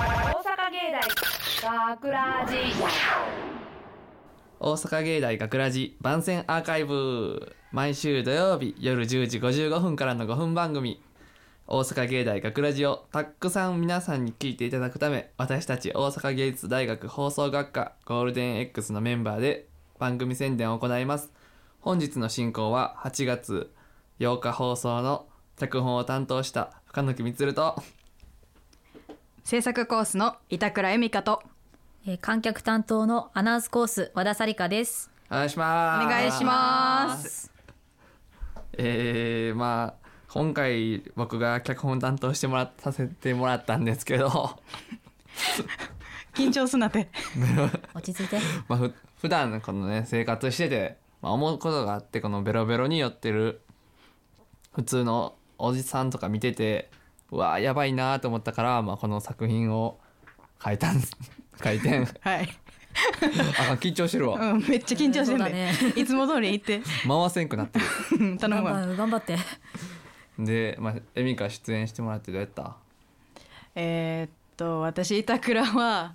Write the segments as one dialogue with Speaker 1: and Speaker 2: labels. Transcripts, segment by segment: Speaker 1: 阪芸大学ラジ
Speaker 2: 大阪芸大学ラジ番宣アーカイブ毎週土曜日夜10時55分からの5分番組大阪芸大学ラジをたくさん皆さんに聞いていただくため私たち大阪芸術大学放送学科ゴールデン X のメンバーで番組宣伝を行います本日の進行は8月8日放送の脚本を担当した深野木充と
Speaker 3: 制作コースの板倉由美香と
Speaker 4: えー観客担当のアナウンスコース和田紗理香です。
Speaker 2: お願いします
Speaker 3: お願いします
Speaker 2: えー、まあ今回僕が脚本担当してもらさせてもらったんですけど
Speaker 3: 緊張すなて
Speaker 4: 落ち着いて。
Speaker 2: まあふ普段このね生活してて、まあ、思うことがあってこのベロベロに寄ってる普通のおじさんとか見ててうわーやばいなーと思ったから、まあ、この作品を書いたんです 書いてんあ
Speaker 3: はい、
Speaker 2: 緊張してるわ
Speaker 3: うん、めっちゃ緊張してん
Speaker 4: そう
Speaker 3: で、
Speaker 4: だね
Speaker 3: いつも通り言って
Speaker 2: 回せんくなってる
Speaker 3: うん頼
Speaker 4: 頑
Speaker 3: むわ
Speaker 4: 張頑張って。
Speaker 2: で、まあ、エミカ出演してもらってどうやった
Speaker 3: えーっと私板倉は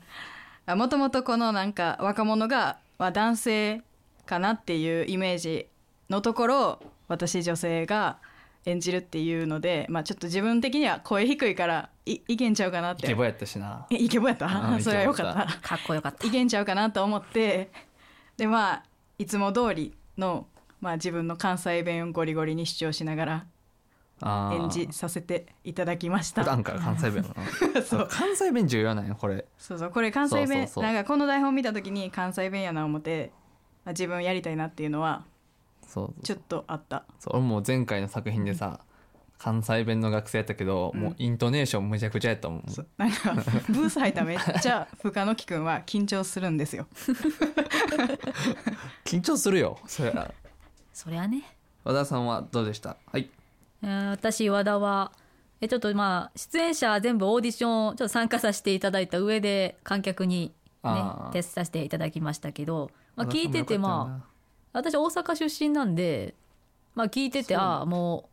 Speaker 3: あもともとこのなんか若者が、まあ、男性かなっていうイメージのところ私女性が演じるっていうので、まあ、ちょっと自分的には声低いからいいけんちゃうかなっ
Speaker 2: イケ
Speaker 3: て
Speaker 2: ボやったしな
Speaker 3: えイケボやった
Speaker 2: あー
Speaker 3: それはよかった
Speaker 4: かっこよかった
Speaker 3: い。けんちゃうかなと思ってでまあいつも通りの、まあ、自分の関西弁をゴリゴリに主張しながら
Speaker 2: あー
Speaker 3: 演じさせていただきまし
Speaker 2: 普
Speaker 3: た。
Speaker 2: 段から関西弁な
Speaker 3: そう
Speaker 2: 関西弁重要なんやこれ
Speaker 3: そうそうこれ関西弁
Speaker 2: そうそうそう
Speaker 3: なんかこの台本見た時に関西弁やな思って、まあ、自分やりたいなっていうのは
Speaker 2: そう
Speaker 3: ちょっとあった
Speaker 2: そう俺も前回の作品でさ関西弁の学生やったけど、もうイントネーションむちゃくちゃやったもん
Speaker 3: そうな んかブース入っためっちゃ深野木君は緊張するんですよ
Speaker 2: 緊張するよそりゃ
Speaker 4: そりゃね。
Speaker 2: 和田さんはどうでしたはい
Speaker 4: えー私和田はえちょっとまあ出演者全部オーディションをちょっと参加させていただいた上で観客にね
Speaker 2: あー
Speaker 4: テストさせていただきましたけど、まあ、
Speaker 2: 和田さ
Speaker 4: 聞い
Speaker 2: んも
Speaker 4: て
Speaker 2: よかった
Speaker 4: て
Speaker 2: よな
Speaker 4: まあ私大阪出身なんでまあ聞いてて
Speaker 2: そう
Speaker 4: ああもう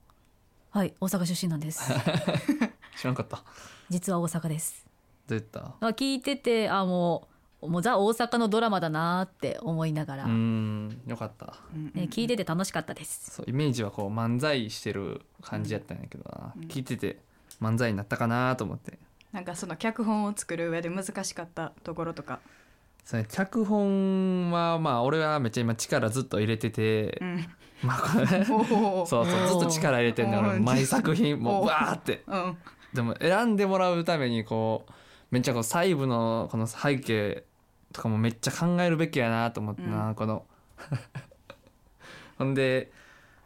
Speaker 4: はい大阪出身なんです
Speaker 2: 知らんかったど
Speaker 4: 実は大阪です。
Speaker 2: うやった
Speaker 4: まあ、聞いててあもうもうザ大阪のドラマだなーって思いながら、
Speaker 2: うーんよかった
Speaker 4: え聞いてて楽しかったです。
Speaker 2: そうイメージはこう漫才してる感じやったんやけどな、聞いてて漫才になったかなと思って
Speaker 3: なんかその脚本を作る上で難しかったところとか、
Speaker 2: それ脚本はまあ俺はめっちゃ今力ずっと入れてて、
Speaker 3: うん、
Speaker 2: まあこれ
Speaker 3: おー
Speaker 2: そうそうずっと力入れてんの
Speaker 3: お
Speaker 2: 俺
Speaker 3: ー
Speaker 2: 毎作品も
Speaker 3: お
Speaker 2: う
Speaker 3: ー
Speaker 2: わーって
Speaker 3: うん
Speaker 2: でも選んでもらうためにこうめっちゃこう細部のこの背景とかもめっちゃ考えるべきやなと思ってな、この ほんで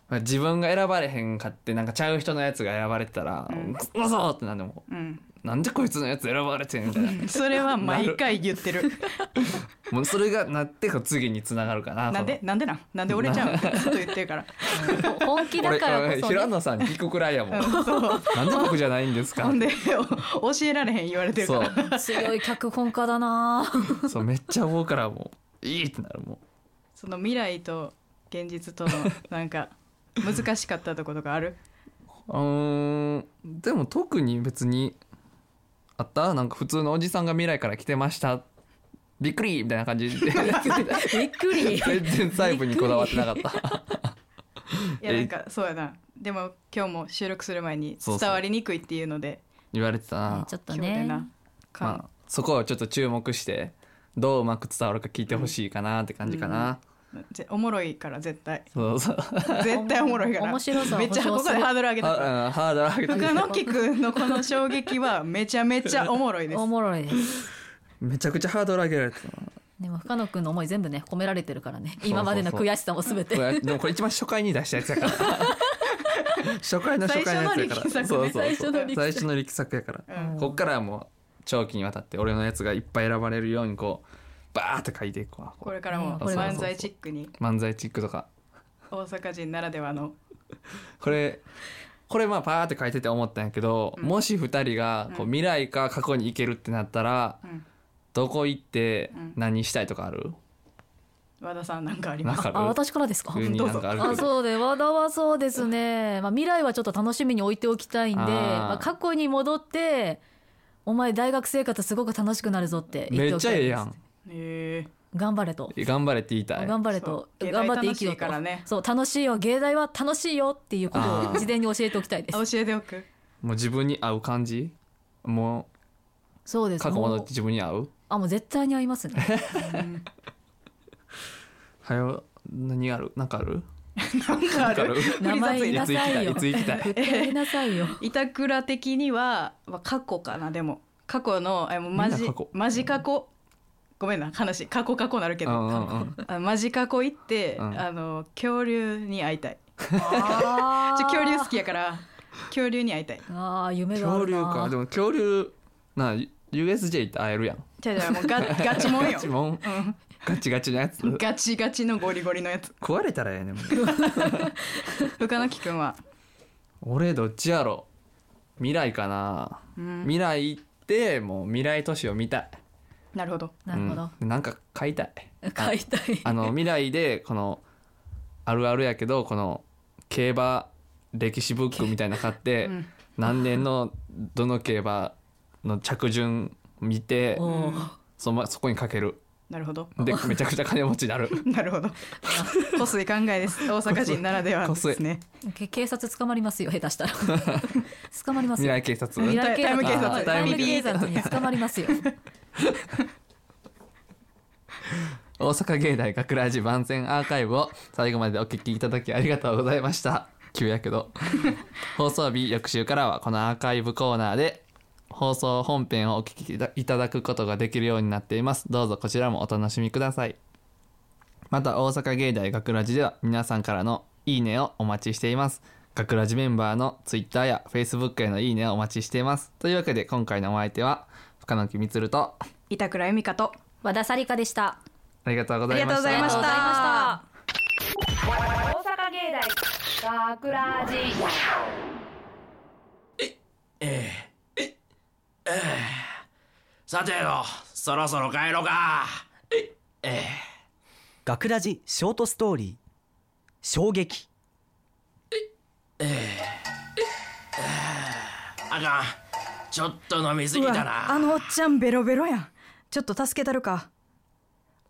Speaker 2: まあ自分が選ばれへんかってなんかちゃう人のやつが選ばれてたら「
Speaker 3: うん
Speaker 2: くそぞ!」ってなんでも
Speaker 3: うん
Speaker 2: 「なんでこいつのやつ選ばれてん」みたいな
Speaker 3: それは毎回言っ てる。
Speaker 2: もうそれがなってこう次につながるかな
Speaker 3: なんで、なんでなん、なんで俺ちゃうん、 ずっと言って るから。
Speaker 4: ほ本気
Speaker 2: この
Speaker 4: だから
Speaker 2: 俺
Speaker 4: こそ、
Speaker 2: 平
Speaker 4: ね、
Speaker 2: 野さんに聞くくらいやもん
Speaker 3: うんそう、
Speaker 2: なんで僕じゃないんですか
Speaker 3: ほんで、 お教えられへん言われてるか
Speaker 2: そう
Speaker 3: ら。
Speaker 4: 強い脚本家だ なー。
Speaker 2: そうめっちゃ思うからもういいってなるも
Speaker 3: その未来と現 実との、なんか。難しかったところがある。
Speaker 2: ううーんでも特に別にあったなんか普通のおじさんが未来から来てましたびっくりみたいな感じで
Speaker 4: びっくり。
Speaker 2: 全然細部にこだわってなかった
Speaker 3: いや、なんか、そうやな。でも、今日も収録する前に、
Speaker 2: そうそう
Speaker 3: 伝わりにくいっていうので。
Speaker 2: 言われてたな、
Speaker 4: ちょっと
Speaker 3: 今日で
Speaker 4: ね。
Speaker 3: な。か
Speaker 2: まあ、そこをちょっと注目してどううまく伝わるか聞いてほしいかなって感じかな、
Speaker 3: ぜおもろいから、絶対。
Speaker 2: そうそう
Speaker 3: 絶対おもろいから。
Speaker 4: 面白さを
Speaker 3: めっちゃ、
Speaker 4: 保
Speaker 3: こ
Speaker 4: 証
Speaker 3: こ
Speaker 4: する
Speaker 3: でハードル上げたから。
Speaker 2: あうんハードル上げ
Speaker 3: 深
Speaker 2: て
Speaker 3: 野木君のこの衝撃は、めちゃめちゃおもろいです
Speaker 4: お。もろいです。
Speaker 2: めちゃくちゃハードル上げられてたな
Speaker 4: でも深野くんの思い全部ね込められてるからね。
Speaker 2: う
Speaker 4: 今までの悔しさもすべて。
Speaker 2: これでもこれ一番初回に出したやつやから初回の初回のやつやから
Speaker 3: 最初
Speaker 2: そうそ
Speaker 3: の力作ね
Speaker 2: う
Speaker 4: 最
Speaker 2: そう
Speaker 4: 初の力
Speaker 2: 最初の力作やから、
Speaker 3: うん
Speaker 2: こっからはもう長期にわたって俺のやつがいっぱい選ばれるようにこうバーって書いていくわ
Speaker 3: これからも
Speaker 4: これ
Speaker 2: から
Speaker 3: 漫才チックに
Speaker 2: 漫才チックとか
Speaker 3: 大阪人ならではの
Speaker 2: これこれまあパーって書いてて思ったんやけど、もし2人がこう未来か過去に行けるってなったら、
Speaker 3: ん
Speaker 2: どこ行って
Speaker 3: ん
Speaker 2: 何したいとかある、
Speaker 3: 和田さんなんかあり
Speaker 2: なん
Speaker 3: ます
Speaker 2: かある
Speaker 4: あ、私からですか。
Speaker 2: 急になんかあるけど
Speaker 4: あ、そうで和田はそうですね。まあ未来はちょっと楽しみに置いておきたいんで、
Speaker 2: あー
Speaker 4: まあ過去に戻って。お前大学生活すごく楽しくなるぞって言
Speaker 2: め
Speaker 4: て
Speaker 2: っ
Speaker 4: おき
Speaker 2: ちゃ
Speaker 4: たい
Speaker 2: ええ
Speaker 4: です
Speaker 2: やん
Speaker 3: え
Speaker 4: 頑張れと
Speaker 2: 頑張れって言いたい
Speaker 4: 頑張れと
Speaker 3: そう
Speaker 4: 頑張って生きろ
Speaker 3: 芸大楽しいからね
Speaker 4: とそう楽しいよ芸大は楽しいよっていうこと
Speaker 2: あ
Speaker 4: を
Speaker 2: ー
Speaker 4: 事前に教えておきたい
Speaker 3: ー
Speaker 4: で す
Speaker 3: あ教えておく
Speaker 2: もう自分に合う感じも
Speaker 4: そうで
Speaker 2: う
Speaker 4: す
Speaker 2: 過去
Speaker 4: も
Speaker 2: の
Speaker 4: う
Speaker 2: 自分に合う
Speaker 4: あもう絶対に合いま すね
Speaker 2: はよ何あるなんかある
Speaker 3: なん かあ
Speaker 2: なんかある
Speaker 3: る
Speaker 4: 名前言いなさいよ
Speaker 2: いつ行きたいいつ行きたい
Speaker 4: 絶対言いなさ いよ
Speaker 3: 板倉的には、まあ、過去かなでも過去のあもうマ
Speaker 2: みん
Speaker 3: ジ
Speaker 2: な過去
Speaker 3: マジ過去ごめんな話過去過去なる け
Speaker 2: う
Speaker 3: ど、
Speaker 2: んうんうん
Speaker 3: あマジ過去行って、
Speaker 2: うん
Speaker 3: あの恐竜に会いたい
Speaker 4: あ
Speaker 3: ち
Speaker 4: ー
Speaker 3: ょ恐竜好きやから恐竜に会いたい
Speaker 4: あー夢があ
Speaker 2: 恐
Speaker 4: る
Speaker 2: 竜
Speaker 4: な
Speaker 2: かでも恐竜な USJ って会えるやん
Speaker 3: じゃじゃもう ガガチもんよ
Speaker 2: ガチもんガチガチのやつ
Speaker 3: うんガチガチのゴリゴリのやつ
Speaker 2: 壊れたらええねん
Speaker 3: 深野木くんは
Speaker 2: 俺どっちやろ未来かな、
Speaker 3: うん
Speaker 2: 未来行ってもう未来都市を見たい
Speaker 3: なるほど
Speaker 4: なるほど、
Speaker 2: うんなんか買いたい
Speaker 4: 買いたい
Speaker 2: あの未来でこのあるあるやけどこの競馬歴史ブックみたいなの買って、
Speaker 3: うん
Speaker 2: 何年のどの競馬の着順見て
Speaker 4: おおー
Speaker 2: そ,、ま、そこにかける
Speaker 3: なるほど
Speaker 2: でめちゃくちゃ金持ちになる
Speaker 3: なる ほどこすい考えです大阪人ならではですね
Speaker 4: け警察捕まりますよ下 手したら捕まります
Speaker 2: 未
Speaker 4: よ
Speaker 2: 来警察
Speaker 4: 未来警
Speaker 3: タイ
Speaker 4: 察
Speaker 3: ム警察
Speaker 4: あー
Speaker 2: タ
Speaker 4: タ
Speaker 2: イ
Speaker 4: イ
Speaker 2: ム
Speaker 4: ム
Speaker 2: 警
Speaker 4: 警察に捕まり ますよ
Speaker 2: 大阪芸大学ラジ番宣アーカイブを最後までお聞きいただきありがとうございました急やけど放送日翌週からはこのアーカイブコーナーで放送本編をお聞きいたいただくことができるようになっていますどうぞこちらもお楽しみくださいまた大阪芸大学ラジでは皆さんからのいいねをお待ちしています学ラジメンバーの Twitter や Facebook へのいいねをお待ちしていますというわけで今回のお相手は深野木充と
Speaker 3: 板倉由美香と
Speaker 4: 和田紗理香でした
Speaker 2: ありがとうご
Speaker 3: あ
Speaker 2: ざ
Speaker 3: り
Speaker 2: い
Speaker 3: が
Speaker 2: ま
Speaker 3: とうご
Speaker 2: した
Speaker 3: ざいまし
Speaker 4: ありがとうございました
Speaker 3: た
Speaker 1: 大阪芸大学ラジ
Speaker 5: さてよ、そろそろ帰ろうか。
Speaker 6: 学ラジショートストーリー衝撃
Speaker 5: あかん。ちょっと飲みすぎたな。
Speaker 3: あのおっちゃんベロベロやんちょっと助けたるか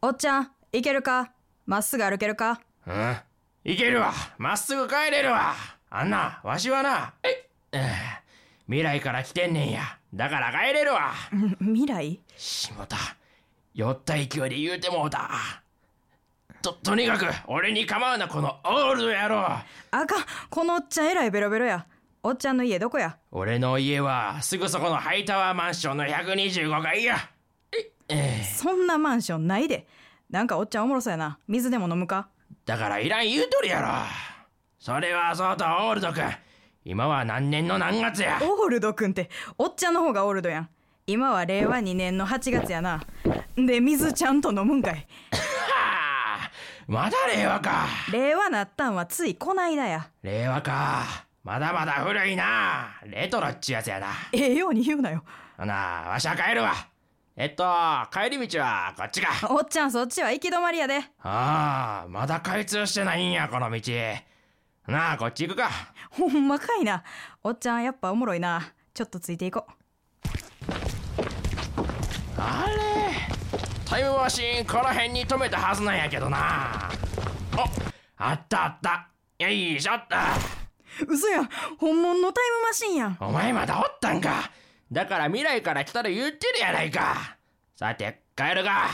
Speaker 3: おっちゃんいけるかまっすぐ歩けるか
Speaker 5: うん。いけるわ。まっすぐ帰れるわ。あんな、わしはな、えいうん未来から来てんねんや。だから帰れるわ。
Speaker 3: 未来
Speaker 5: しもた、酔った勢いで言うてもうた。と、とにかく、俺に構うな、このオールド野郎。
Speaker 3: あかんこのおっちゃんえらいベロベロやおっちゃんの家どこや
Speaker 5: 俺の家は、すぐそこのハイタワーマンションの125階や。
Speaker 3: そんなマンションないでなんかおっちゃんおもろそうやな水でも飲むか
Speaker 5: だからいらん言うとるやろそれはそうとオールド君今は何年の何月や
Speaker 3: オールドくんっておっちゃんの方がオールドやん今は令和2年の8月やなんで水ちゃんと飲むんかい
Speaker 5: はあまだ令和か
Speaker 3: 令和なったんはついこないだや
Speaker 5: 令和かまだまだ古いなレトロっちゅうやつやな
Speaker 3: ええように言うなよ
Speaker 5: ほなわしは帰るわえっと帰り道はこっちか
Speaker 3: おっちゃんそっちは行き止まりやで
Speaker 5: ああまだ開通してないんやこの道なあこっち行くか
Speaker 3: ほんまかいな。おっちゃんやっぱおもろいな。ちょっとついていこ
Speaker 5: あれタイムマシンこの辺に止めたはずなんやけどなおあったあったよいしょっと
Speaker 3: う。嘘やん。本物のタイムマシンやん。
Speaker 5: お前まだおったんかだから未来から来たら言ってるやないかさて帰るか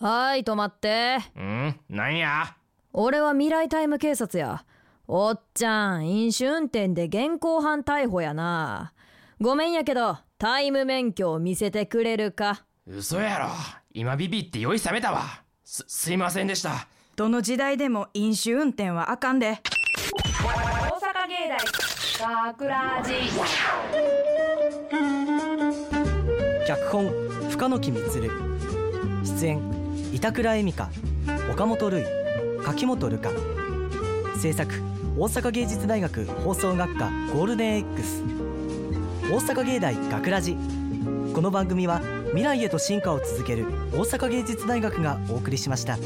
Speaker 7: はーい止まって
Speaker 5: うんなんや
Speaker 7: 俺は未来タイム警察やおっちゃん飲酒運転で現行犯逮捕やなごめんやけどタイム免許を見せてくれるか
Speaker 5: 嘘やろ今ビビって酔い冷めたわすすいませんでした
Speaker 3: どの時代でも飲酒運転はあかんで。
Speaker 1: 大阪芸大学ラジ
Speaker 6: 脚本深野木充出演板倉恵美香岡本瑠衣柿本瑠香制作大阪芸術大学放送学科ゴールデン X 大阪芸大学ラジこの番組は未来へと進化を続ける大阪芸術大学がお送りしました